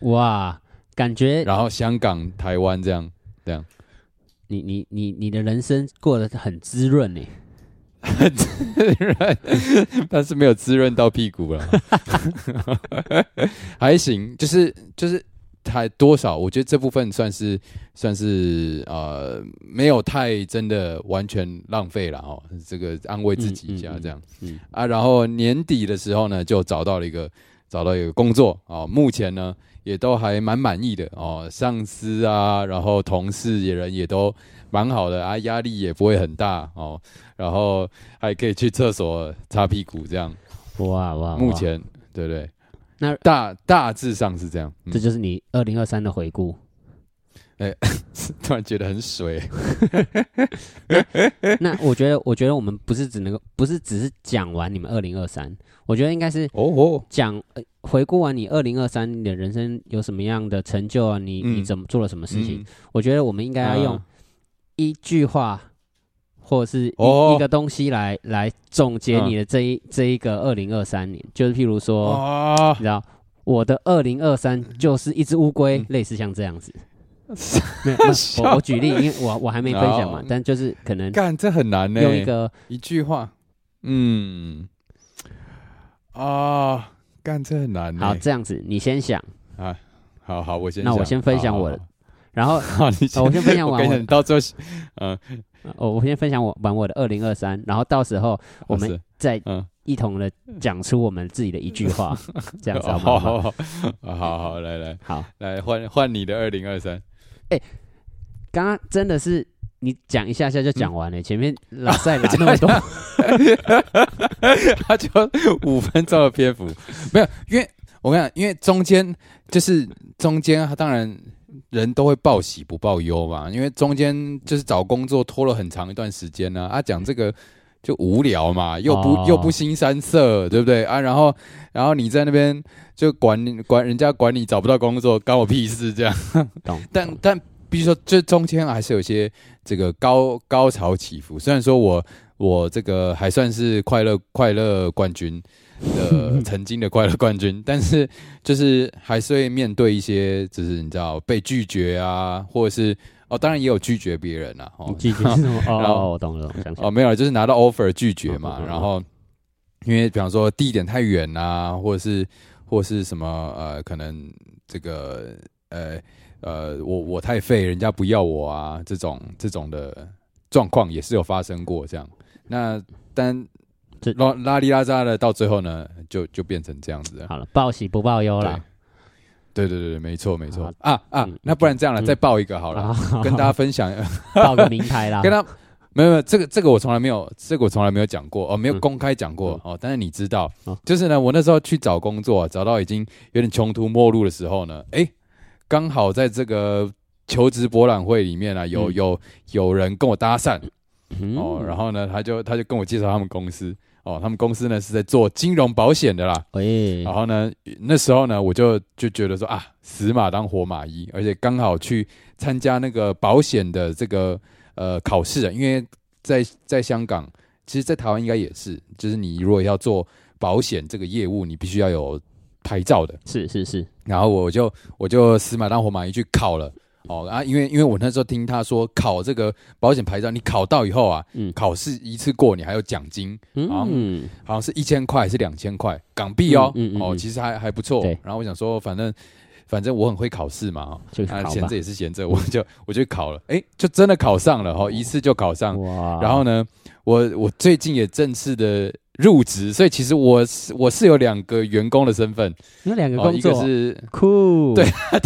哇，感觉
然后香港、台湾这样，
你你你你的人生过得很滋润呢。
*laughs* 但是没有滋润到屁股了， *laughs* 还行，就是就是还多少，我觉得这部分算是算是呃没有太真的完全浪费了哦，这个安慰自己一下
嗯嗯嗯
这样、
嗯
啊。然后年底的时候呢，就找到了一个找到一个工作哦，目前呢也都还蛮满意的哦，上司啊，然后同事也人也都蛮好的啊，压力也不会很大哦，然后还可以去厕所擦屁股这样。
哇哇，哇
目前对不对？
啊那
大大致上是这样，嗯
这就是你二零二三的
*laughs*
回顾。
突然觉得很水，
那我觉得，我觉得我们不是只能够，不是只是讲完你们二零二三，我觉得应该是
哦哦，
讲、呃、回顾完你二零二三你的人生有什么样的成就啊？你、你
嗯
怎么做了什么事情？
嗯
我觉得我们应该要用
啊
一句话，或者是一、
哦嗯
一个东西来来总结你的这一、这一个二零二三年，就是譬如说，
啊
你，知道我的二零二三就是一只乌龟，
嗯
类似像这样
*laughs*
子。没有
笑
我我举例，因为我我还没分享嘛
哦，
但就是可能
干这很难欸呢，
用一个
一句话，嗯，啊，干这很难呢，
好这样子，你先想，
好好，我先
那
想，
我先分享我的，然后
好，好好你
呃我先分享
我
完
跟你
我
讲，你到最后是，嗯，
哦我我先分享我完我的二零二三，然后到时候我们
是
再
嗯，
一同的讲出我们自己的一句
*laughs*
话，这样子好
好
吗？好
好好，哦好好，来来
好，
来，换换你的二零二三，
刚刚真的是你讲一下下就
嗯
讲完了，前面拉塞拉那么
*laughs*
多，
他就五分钟的篇幅，没有，因为我跟你讲，因为中间就是中间，他当然人都会报喜不报忧嘛，因为中间就是找工作拖了很长一段时间呢、啊，讲这个。就无聊嘛，又不、
哦
又不新三色，对不对啊？然后然后你在那边就管你管人家管你找不到工作，关我屁事这样。
懂？
但
懂
但必须说，这中间还是有一些这个高高潮起伏。虽然说我我这个还算是快乐快乐冠军
*laughs*
的曾经的快乐冠军，但是就是还是会面对一些，就是你知道被拒绝啊，或者是哦，当然也有拒绝别人啊。
你
哦 *laughs*
继续是什么？哦
然后
哦，我懂了，我想起
哦，
来，
没有，就是拿到 offer 拒绝嘛，
嗯嗯嗯
然后因为比方说地点太远啊，或者是或是什么呃，可能这个呃呃，我我太废，人家不要我啊，这种这种的状况也是有发生过这样。那但
这
拉拉里拉扎的到最后呢，就就变成这样子了。
好了，报喜不报忧啦。
对对对对，没错没错
好
啊啊
嗯！
那不然这样了，
嗯
再报一个好
*laughs*
了，
啊
跟大家分享。
报个名牌啦。
*laughs* 跟他没有没有这个这个我从来没有这个我从来没有讲过哦，没有
嗯
公开讲过、哦。但是你知道，
哦
就是呢，我那时候去找工作、找到已经有点穷途末路的时候呢，诶，刚好在这个求职博览会里面啊，有
嗯
有有人跟我搭讪
嗯
哦，然后呢，他就他就跟我介绍他们公司哦，他们公司呢是在做金融保险的啦。
喂，
然后呢，那时候呢，我就就觉得说啊，死马当活马医，而且刚好去参加那个保险的这个呃考试啊，因为在在香港，其实，在台湾应该也是，就是你如果要做保险这个业务，你必须要有牌照的。
是是是，
然后我就我就死马当活马医去考了。哦啊，因为因为我那时候听他说考这个保险牌照，你考到以后啊，
嗯
考试一次过，你还有奖金，好
嗯，
好像是一千块还是两千块港币哦，
嗯嗯嗯
哦，
嗯
其实还还不错
对。
然后我想说，反正反正我很会考试嘛，哦
就
啊，
好
闲
吧
着，也是闲着，我就我就考了，哎，就真的考上了哦，一次就考上。
哇，
然后呢，我我最近也正式的入职，所以其实我是我是有两个员工的身份，
有两个
哦，
工
一个
作，
是
酷，
对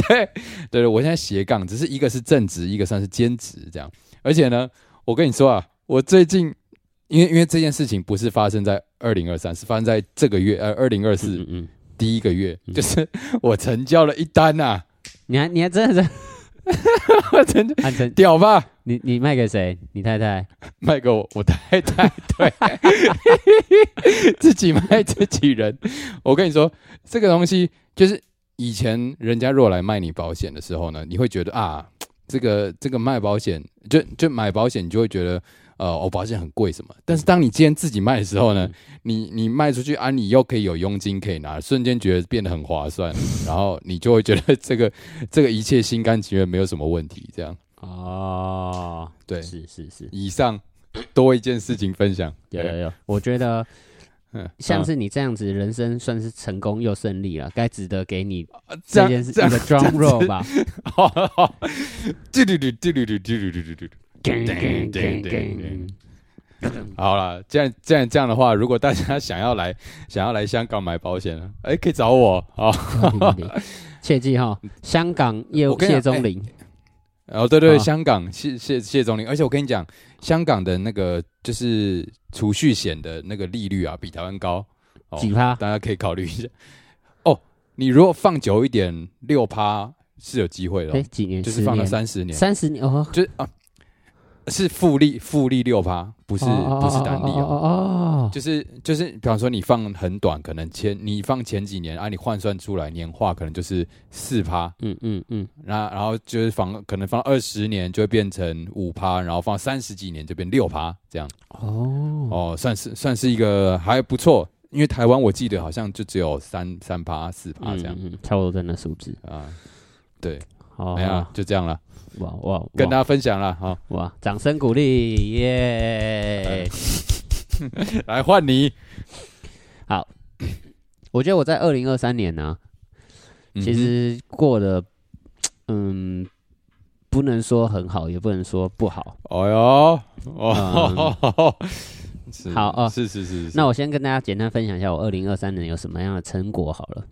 对对，我现在斜杠，只是一个是正职，一个算是兼职这样。而且呢，我跟你说啊，我最近因为因为这件事情不是发生在二零二三，是发生在这个月呃二零二
嗯，
四
嗯嗯，
第一个月，
嗯
就是我成交了一单啊呐、
你还你还真的是
*laughs* 我成交
啊你真，
屌吧？
你你卖给谁？你太太？
卖给我我太太， *laughs* 对，自己卖自己人。我跟你说，这个东西就是以前人家若来卖你保险的时候呢，你会觉得啊，这个这个卖保险就就买保险，你就会觉得呃，我、保险很贵什么。但是当你今天自己卖的时候呢，你你卖出去啊，你又可以有佣金可以拿，瞬间觉得变得很划算，然后你就会觉得这个这个一切心甘情愿，没有什么问题。这样
嗯哦，
对，
是是是，
以上多一件事情分享。
有有有，我觉得
嗯
像是你这样子，人生算是成功又胜利了，该值得给你
啊这
这
样
件事
这
一
样
个 drum roll 吧。
好好好，嘟嘟嘟嘟嘟嘟嘟嘟嘟嘟嘟。
叮
*laughs* 叮
叮
叮
叮
叮嗯
叮，
好啦，既然既然这样的话，如果大家想要来想要来香港买保险，哎、可以找我啊。
*laughs* 切记哈，香港业
我
务
跟你
谢
讲
钟林，
哦，对对对，
好
香港谢谢谢总理，而且我跟你讲，香港的那个就是储蓄险的那个利率啊，比台湾高，哦
几趴？
大家可以考虑一下。哦，你如果放久一点，六趴是有机会的哦、
哎，几年？
就是
十
放到
年
三十年，
三十年哦，
就是啊，是复利复利六趴，不是、
哦
不是单利哦
哦哦哦哦，
就是就是，比方说你放很短，可能前你放前几年啊，你换算出来年化可能就是四趴，
嗯嗯嗯，
那然后就是放可能放二十年就会变成五趴，然后放三十几年就变六趴这样。
哦，
哦，算是算是一个还不错，因为台湾我记得好像就只有三三趴四趴
嗯
啊这样
嗯，嗯差不多在那数字。
啊。
好，
哎呀
好，
就这样了，
哦哇哇，哇
跟大家分享哦了好，
哇，掌声鼓励，
哎
耶！
来换你，
我觉得我在二零二三年呢、
嗯
其实过得，嗯，不能说很好，也不能说不好。
哼，哎呦，哦， *laughs* 是
好哦
是是是，是
那我先跟大家简单分享一下我二零二三年有什么样的成果好了。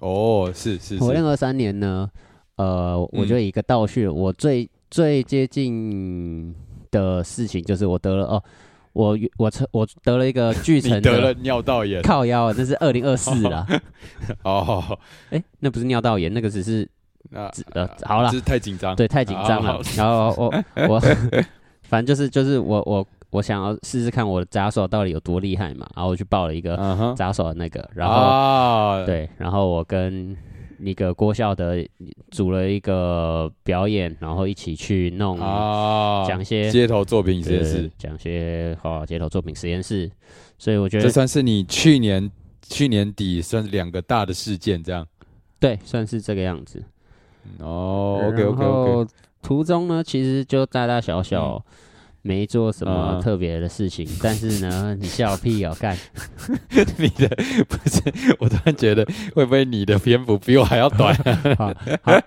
哦，是是嗯
我二零
是，
二三年呢，呃，我就以一个倒叙，我最最接近的事情就是我得了哦，我我成我得了一个巨
*laughs* 你
成
得了
的
尿道炎，
靠腰，啊那是二零二四啊啦。
哦，
哎，那不是尿道炎，那个只是
那
只呃，好啦
这，是太紧张，
对，太紧张
好
了。然后我
*laughs*
我反正就是就是我我我想要试试看我的杂耍到底有多厉害嘛，然后我去报了一个
嗯哼，
杂耍的那个，呃然后、
啊，
对，然后我跟那个郭笑的组了一个表演，然后一起去弄
啊，
讲一些
街头作品实验
对
室，
讲一些哦街头作品实验室，所以我觉
这
得
算是你去年去年底算是两个大的事件这样。
对算是这个样子。
哦
然
，OK
后
OK OK，
途中呢，其实就大大小小没做什
嗯啊
么特别的
*laughs*
事情，但是呢，你笑屁哦，干，
你的不是，我突然觉得会不会你的篇幅比我还要
*laughs*
短？
好，好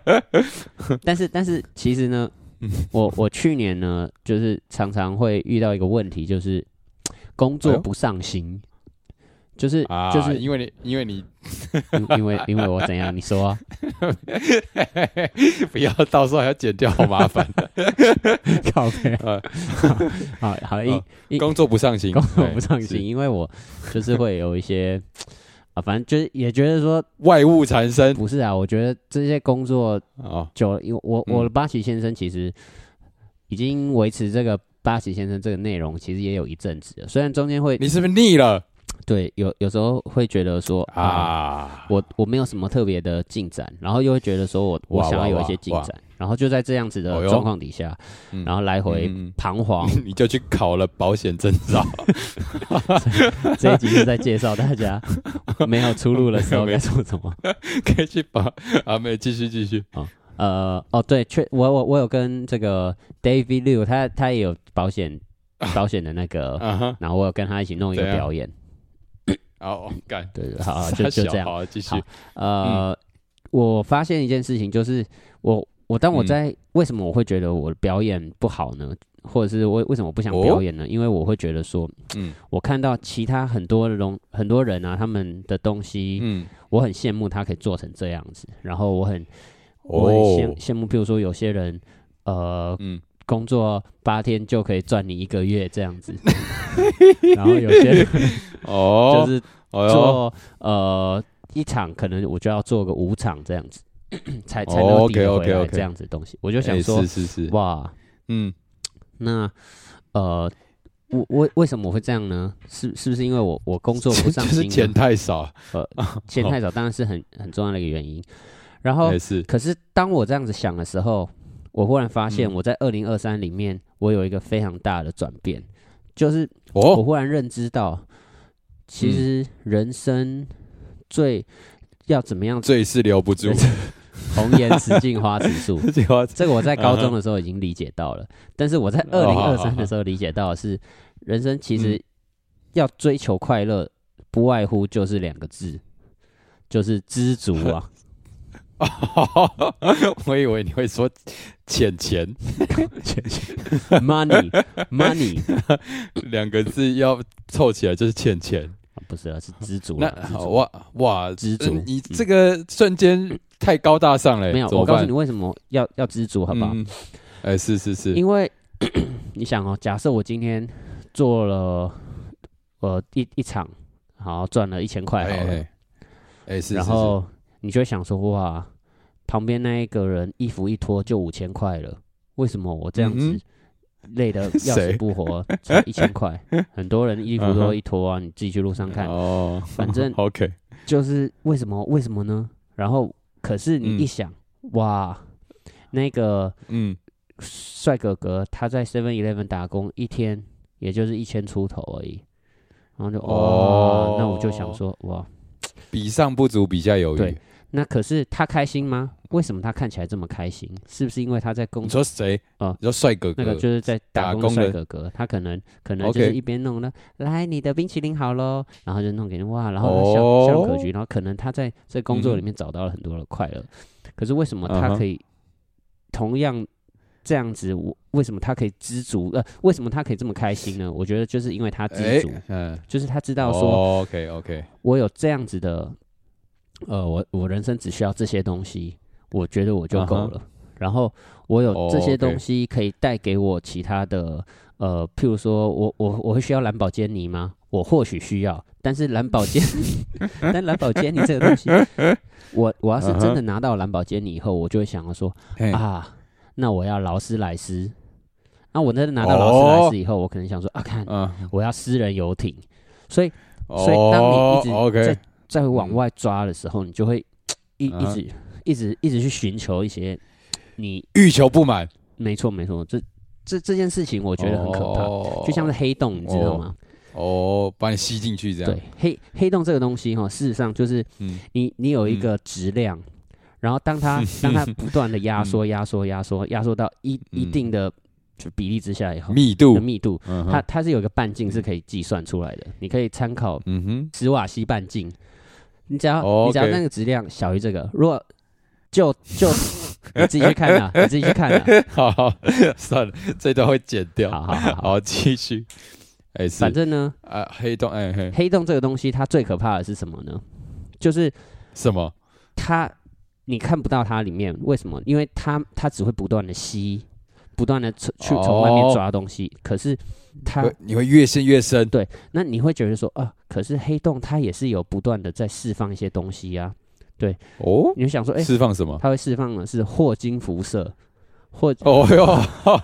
但是但是其实呢
嗯，
我我去年呢，就是常常会遇到一个问题，就是工
哎
作
呦
不上心，就是
啊，
就是
因为你因为你 *laughs*
因因为因为我怎样，你说啊，
不要到时候还要剪掉，好麻
*laughs*
烦。
靠背
呃，
*laughs* 好
哦
好因
工作不上心，
工作
对
不上心，，因为我就是会有一些啊，反正就是也觉得说
外物缠身
不是啊，我觉得这些工作
哦，
久了，因为我
嗯
我的巴奇先生其实已经维持这个巴奇先生这个内容，其实也有一阵子了。虽然中间会
你是不是腻了
对有有时候会觉得说啊，
啊？
我我没有什么特别的进展，然后又会觉得说我我
哇
想要
哇
有一
哇
些进
哇
展，然后就在这样子
哦
的
哟
状况底下，
嗯
然后来回
嗯 *laughs*
彷徨。
你就去考了保险证照， *laughs*
这一集是在介绍大
*laughs*
家没有出路的时候该做什么。
可以去保啊，没有继续继续，
呃，哦，对，确我我我有跟这个 David Liu，他他也有
*laughs*
保险保险的那个，
啊哈，
然后我有跟他一起弄一个
怎样
表演。
哦，干，
对，对好，
*laughs*
好啊就
傻小
就
嗯
这样。
好，继续
好，呃，我发现一件事情，就是我我
嗯
当我在、为什么我会觉得我的表演不好呢？或者是我为什么我不想
哦
表演呢？因为我会觉得说，
嗯
我看到其他很多人很多人啊，他们的东西，
嗯，
我很羡慕他可以做成这样子，然后我很我很羡
哦，
羡慕，譬如说有些人，呃，
嗯，
工作八天就可以赚你一个月
*laughs*
这样子，然后有些人
哦，
就是
哎呦，
做、呃一场，可能我就要做个五场这
*coughs*
样子，才才能
哦
够
，OK，
抵得回来
OK，OK
这样子的东西。我就
就
想说，
哎是是是，
哇，
嗯，
那呃。我我为什么我会这样呢？是是不是因为我我工作不
*laughs*
上
就是
心呢、
钱太少，哎
钱太少当然是很很重要的一个原因。然后
也是，
可是当我这样子想的时候，我忽然发现
嗯
我在二零二三里面，我有一个非常大的转变，就是我
哦，
忽然认知到，其实人生最要怎么样
最是留不住，
红颜知尽花辞树。
这句话
*laughs* 这个我在高中的时候已经理解到了，但是我在二零二
好好
三的时候理解到的是，人生其实要追求快乐，不外乎就是两个字，就是知足啊。
我以为你会说钱钱
money money
两个字要凑起来就是钱钱。
啊不是
*laughs*
了，是知足
那
了。知足
好哇哇，
知足
嗯你
嗯
这个瞬间太高大上了，
没有，
怎么
我告诉
办
你，为什么要要知足，好不好？
嗯哎、是是是，
因为 *coughs* 你想哦，假设我今天做了呃一一场，好赚了一千块好了，
哎哎是，
然后你就会想说哇，旁边那一个人衣服一脱就五千块了，为什么我这样
嗯
子累得要死
*laughs* 谁
不活，才一千块？很多人衣服
嗯
都
哼
一脱啊，你自己去路上
是是
看，
哦，
反正
OK，
就是为什么？为什么呢？然后可是你
嗯
一想，哇，那个
嗯，
帅哥哥他在 Seven Eleven 打工一天，也就是一千出头而已。然后就哇，
哦
那我就想说，哇，
比上不足，比下有余
对。那可是他开心吗？为什么他看起来这么开心？是不是因为他在工
你
作？
说谁
哦
你说帅哥哥
那个就是在打
呃打
工的
工
帅
的
哥哥，他可能可能就是
OK
一边弄呢，来你的冰淇淋好喽，然后就弄给你哇，然后他
哦
笑、笑容可掬，然后可能他在这工作里面找到了很多的快乐，可是为什么
嗯
他
哼
可以同样这样子？我为什么他可以知足？呃，为什么他可以这么开心呢？我觉得就是因为他知
哎
足，
嗯，哦
就是他知道说啊
OK OK，
我有这样子的，呃，我我人生只需要这些东西，我觉得我就够
嗯哼
了。然后我有
哦
这些
OK
东西可以带给我其他的，呃，譬如说我我我会需要兰博基尼吗？我或许需要，但是兰博 *laughs* 基尼，但兰博基尼这个东西，我我要是真的拿到兰博基尼以后，我就会想要说
嘿
啊，那我要劳斯莱斯。那、我真的拿到劳斯莱斯以后，我可能想哦说啊，看
嗯，
我要私人游艇，所以所以
哦
当你一直
OK，
再往外抓的时候，你就会一
嗯
一直一直一直去寻求一些你
欲求不满，
没错没错，这这这件事情我
我
觉得很可怕，就像是黑洞，你知道吗？
哦，把你吸进去这样。
对，，黑黑洞这个东西哈，事实上就是
嗯，
你你有一个质量，然后
*laughs*
当它当它不断的压缩压缩压缩压缩到一一
嗯
定的就比例之下以后
密
的
度，
密度，
嗯
它
哼，
它是有一个半径是可以计算出来的，你可以参考
嗯哼， *laughs*
史瓦西半径，你只要、
哦
你只要
OK
那个质量小于这个，如果就就你自己去看啊，你自己去
*laughs*
看啊。
好好，算了，这段会剪掉。
好好好好，
好，继续。哎，哦是
反正呢，
啊，黑洞，哎嘿，
黑洞这个东西它最可怕的是什么呢？就是
什么？
它你看不到它里面，为什么？因为它它只会不断的吸，不断的去
哦
从外面抓东西，可是它
会你会越陷越深。
对，那你会觉得说啊，可是黑洞它也是有不断的在释放一些东西啊，
哦，
你就想说，哎、
释放什么？
它会释放的是霍金辐射，霍，
哦哟，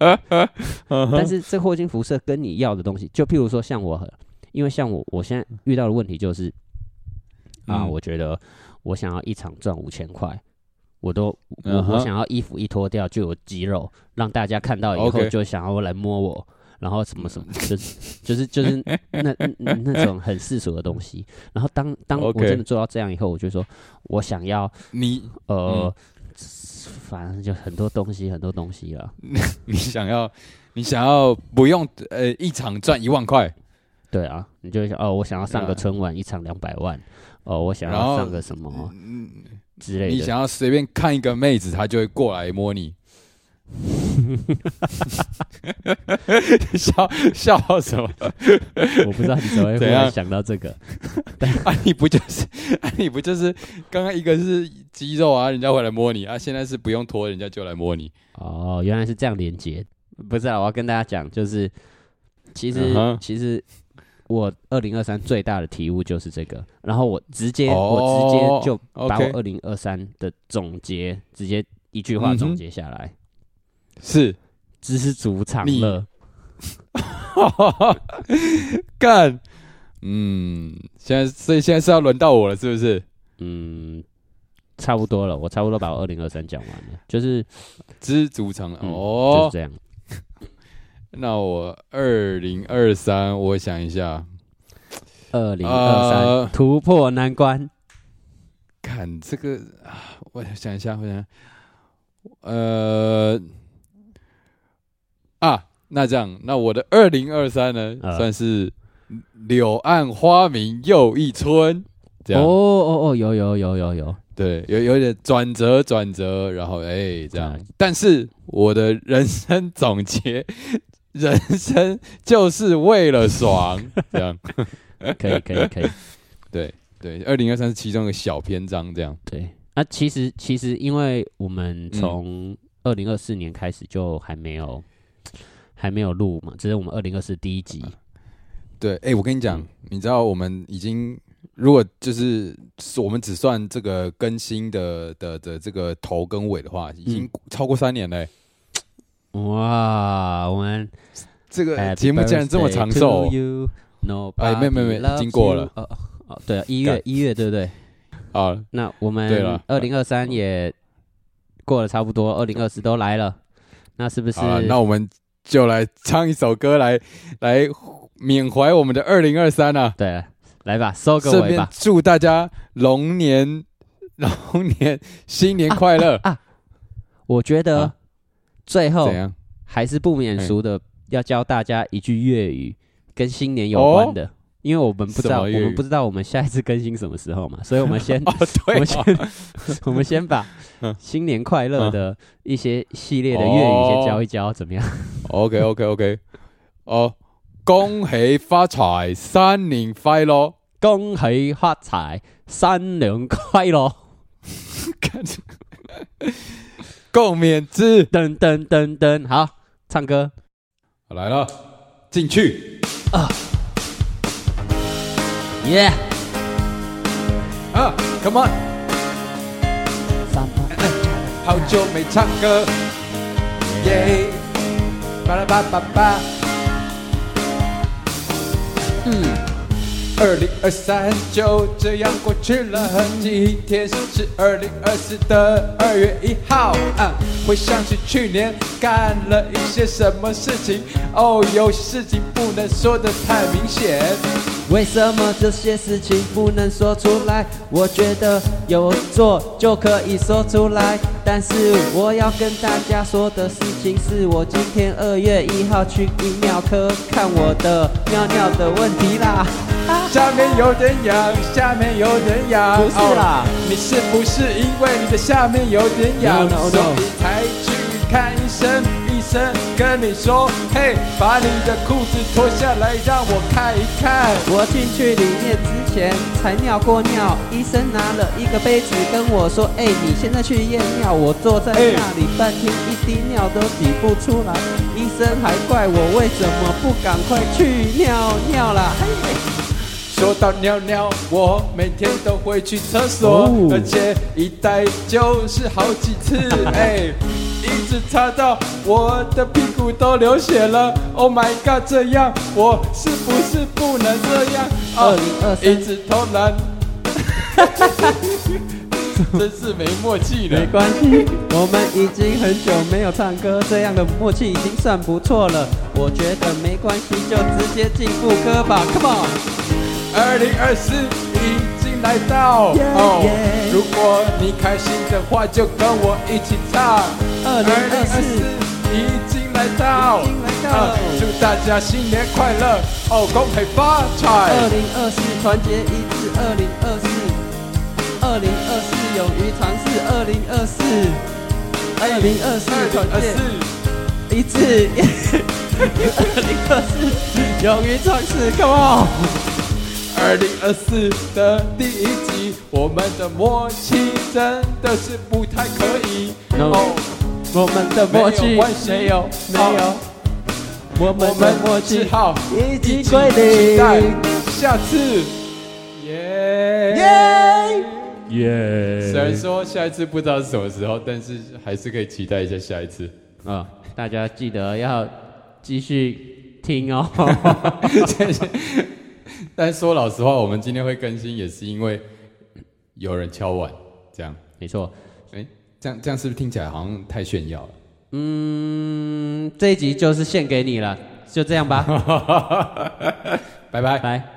*laughs*
*laughs*
嗯
但是这霍金辐射跟你要的东西，就譬如说像我，因为像我我现在遇到的问题就是啊，
嗯
我觉得我想要一场赚五千块。我都我、
嗯哼
我想要衣服一脱掉就有肌肉，让大家看到以后
OK
就想要来摸我，然后什么什么，
*laughs*
就是就是就是那那那种很世俗的东西。然后当当我
OK
真的做到这样以后，我就说我想要
你嗯
呃，反正就很多东西，很多东西了。
*laughs* 你想要你想要不用呃一场赚一万块，
对啊，你就会想哦，我想要上
对
个
啊
春晚，一场两百万。哦，我想
然
要
后
上个什么之类
你
的。
想要随便看一个妹子，她就会过来摸你。*laughs*
*laughs*
笑笑什么？
*laughs* 我不知道你怎么会忽
*laughs* 怎
然
样
想到这个。
啊，你不就是啊，你不就是刚刚一个是肌肉啊，人家会来摸你啊，现在是不用脱，人家就来摸你。
哦，原来是这样连接。不是啊，我要跟大家讲，就是其实、
嗯哼
其实我二零二三最大的体悟就是这个，然后我直接、
哦
我直接就把我
OK，
二零二三的总结直接一句话
嗯哼
总结下来，
是 *laughs*
知足常
你
乐。
干，嗯，现在所以现在是要轮到我了，是不是？
嗯，差不多了，我差不多把我二零二三讲完了，就是、
知足常乐
嗯、就是
哦。
这样。
那我二零二三，我想一下，
二零二
呃
三突破难关，
看这个啊，我想一下，我想一下，呃，啊，那这样，那我的二零二三呢，
呃
算是柳暗花明又一村，这
哦
样、
哦哦，有有有
*laughs*
有有，
对，有有点转折转折，然后哎、这样
对，
但是我的人生总结，人生就是为了爽，这样，
可以可以可以，
对对，二零二三是其中一个小篇章，这样，
对。那、其实其实，因为我们
嗯
从二零二四年开始就还没有、还没有录嘛，这是我们二零二四第一集，
对，哎、我跟你讲，
嗯
你知道我们已经，如果就是我们只算这个更新的的的这个头跟尾的话，已经超过三年嘞、
哇，我们
这
Happy
个节目竟然这么
birthday
长寿
to you, nobody
哎没有没有没有
loves
已经过了
you 哦哦哦，对啊，一月一月对不对？
啊！
那
对
我们
了
二零二三也过了差不多，二零二四都来了，那是不是？
好了，啊那我们就来唱一首歌来来缅怀我们的二零二三啊，
对，来吧，收个
顺
尾
便
吧。
祝大家龙年龙年新年快
*laughs*
乐！
我觉得、
啊
最后
怎样？
还是不免俗的，要教大家一句粤语，跟新年有关的，因为我们不知道，我
什么粤语
们不知道我们下一次更新什么时候嘛，所以 *laughs* 我们先，
哦，
我
对
们 *laughs*
哦，
先，我们先把
嗯
新年快乐的一些系列的粤语先教一教，怎么样？
OK OK OK，哦，恭喜发财，新年快乐！
恭喜发财，新年快乐！
看这个共勉之，
噔噔噔噔，好，唱歌。
好来了，进去
耶！
啊，Come on，好久没唱歌，耶，巴拉巴巴巴，嗯，二零二三就这样过去了，今天是二零二四的二月一号，啊，回想起去年干了一些什么事情，哦，有些事情不能说的太明显，
为什么这些事情不能说出来？我觉得有做就可以说出来，但是我要跟大家说的事情是我今天二月一号去泌尿科看我的尿尿的问题啦。
下面有点痒，下面有点痒。
不是啦
哦你是不是因为你的下面有点痒
No, no, no
所以才去看医生？医生声跟你说，嘿，把你的裤子脱下来让我看一看。
我进去里面之前才尿过尿，医生拿了一个杯子跟我说：“哎、你现在去验尿。”我坐在
哎
那里半天，一滴尿都挤不出来，医生还怪我为什么不赶快去尿尿啦。
说到尿尿，我每天都会去厕所，
哦
而且一待就是好几次，哎，一直擦到我的屁股都流血了。Oh my god，这样我是不是不能这样？啊
2023
一直偷懒， *laughs* 真是没默契呢
没。关系，我们已经很久没有唱歌，这样的默契已经算不错了。我觉得没关系，就直接进副歌吧，Come on。
二零二四已经来到
Yeah,
哦
yeah
如果你开心的话，就跟我一起唱。
2024
已经来到，
已经来到
啊祝大家新年快乐哦，恭喜发财。
二零二四团结一致，二零二四，二零二四勇于尝试，二零二四，二零二四
二
团
零二四，
结一致，二零二四勇于尝试，Come on！
二零二四的第一集，我们的默契真的是不太可以。
No
哦，
我们的
没有
默契
关系，
没有没
好
有，我
我
们
们
的默契
只好
一
一
起
起
归
期待
零。
下次，耶
耶！
虽
耶
然说下一次不知道是什么时候，但是还是可以期待一下下一次。
啊，大家记得要继续听
*laughs*
哦。
但说老实话，我们今天会更新也是因为有人敲碗，这样，
没错，
哎、这样这样是不是听起来好像太炫耀了？
嗯，这一集就是献给你了，就这样吧，
*laughs* 拜拜。
拜。